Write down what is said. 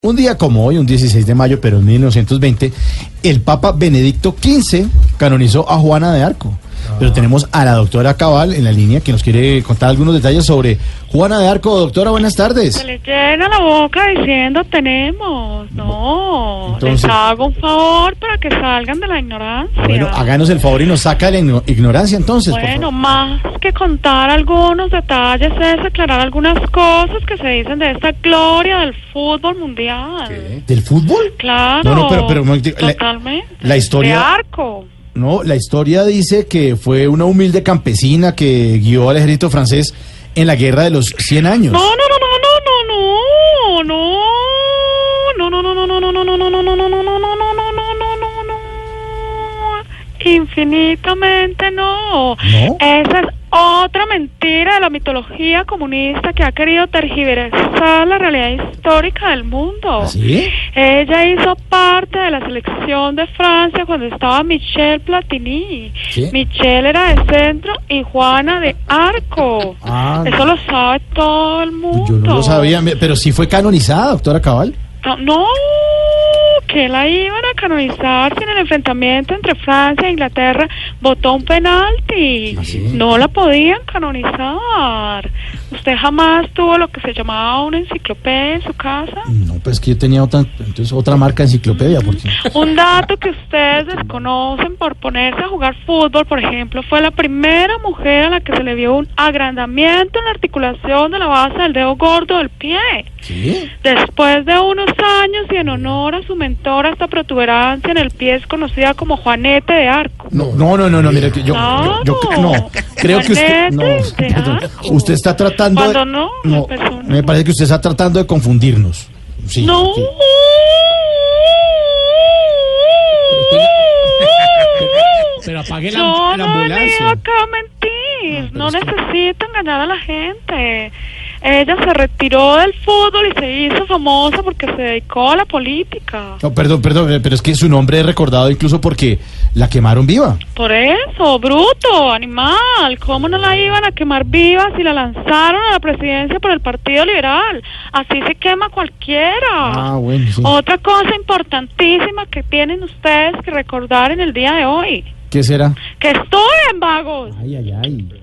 Un día como hoy, un 16 de mayo, pero en 1920, el Papa Benedicto XV canonizó a Juana de Arco. Pero tenemos a la doctora Cabal en la línea que nos quiere contar algunos detalles sobre Juana de Arco. Doctora, buenas tardes. Se le llena la boca diciendo tenemos. No, Entonces- les hago un favor para que salgan de la ignorancia. Bueno, háganos el favor y nos saca de la igno- ignorancia entonces. por Bueno, favor. más que contar algunos detalles es aclarar algunas cosas que se dicen de esta gloria del fútbol mundial. ¿Eh? ¿Del fútbol? Claro. No, no, pero- pero un momentico, la- totalmente. la historia- De arco. No, la historia dice que fue una humilde campesina que guió al ejército francés en la guerra de los 100 años. No, no, no, no, no, no, no, no. No, no, no, no, no, no, no, no, no, no, no, no, no, no, no, no, no, no, no, no. Infinitamente no. ¿No? Esa es otra mentira de la mitología comunista que ha querido tergiversar la realidad histórica del mundo. ¿Ah, sí? Ella hizo parte de la selección de Francia cuando estaba Michel Platini. ¿Sí? Michel era de centro y Juana de arco. Ah, Eso lo sabe todo el mundo. yo no lo sabía, me- pero sí fue canonizada, doctora Cabal. No, no, que la iban a canonizar si en el enfrentamiento entre Francia e Inglaterra votó un penalti. ¿Ah, sí? No la podían canonizar. Usted jamás tuvo lo que se llamaba una enciclopedia en su casa. No, pues que yo tenía otra, entonces, otra marca de enciclopedia. Porque... Un dato que ustedes desconocen por ponerse a jugar fútbol, por ejemplo, fue la primera mujer a la que se le vio un agrandamiento en la articulación de la base del dedo gordo del pie. ¿Sí? Después de unos años y en honor a su mentora, esta protuberancia en el pie es conocida como Juanete de Arco. No, no, no, no, no, mire, que yo, yo, yo cre- no, creo que usted, no, Juanete, perdón, asco. usted está tratando, de- Cuando no, la persona. me parece que usted está tratando de confundirnos. Sí, No. sí. Pero apague la, Yo la no he venido ambulancia. Ah, acá a mentir, no necesito engañar a la gente. Ella se retiró del fútbol y se hizo famosa porque se dedicó a la política. No, perdón, perdón, eh, pero es que su nombre es recordado incluso porque la quemaron viva. Por eso, bruto, animal, ¿cómo no la iban a quemar viva si la lanzaron a la presidencia por el Partido Liberal? Así se quema cualquiera. Ah, bueno, sí. Otra cosa importantísima que tienen ustedes que recordar en el día de hoy, ¿Qué será? que estudian vagos. Ay, ay, ay.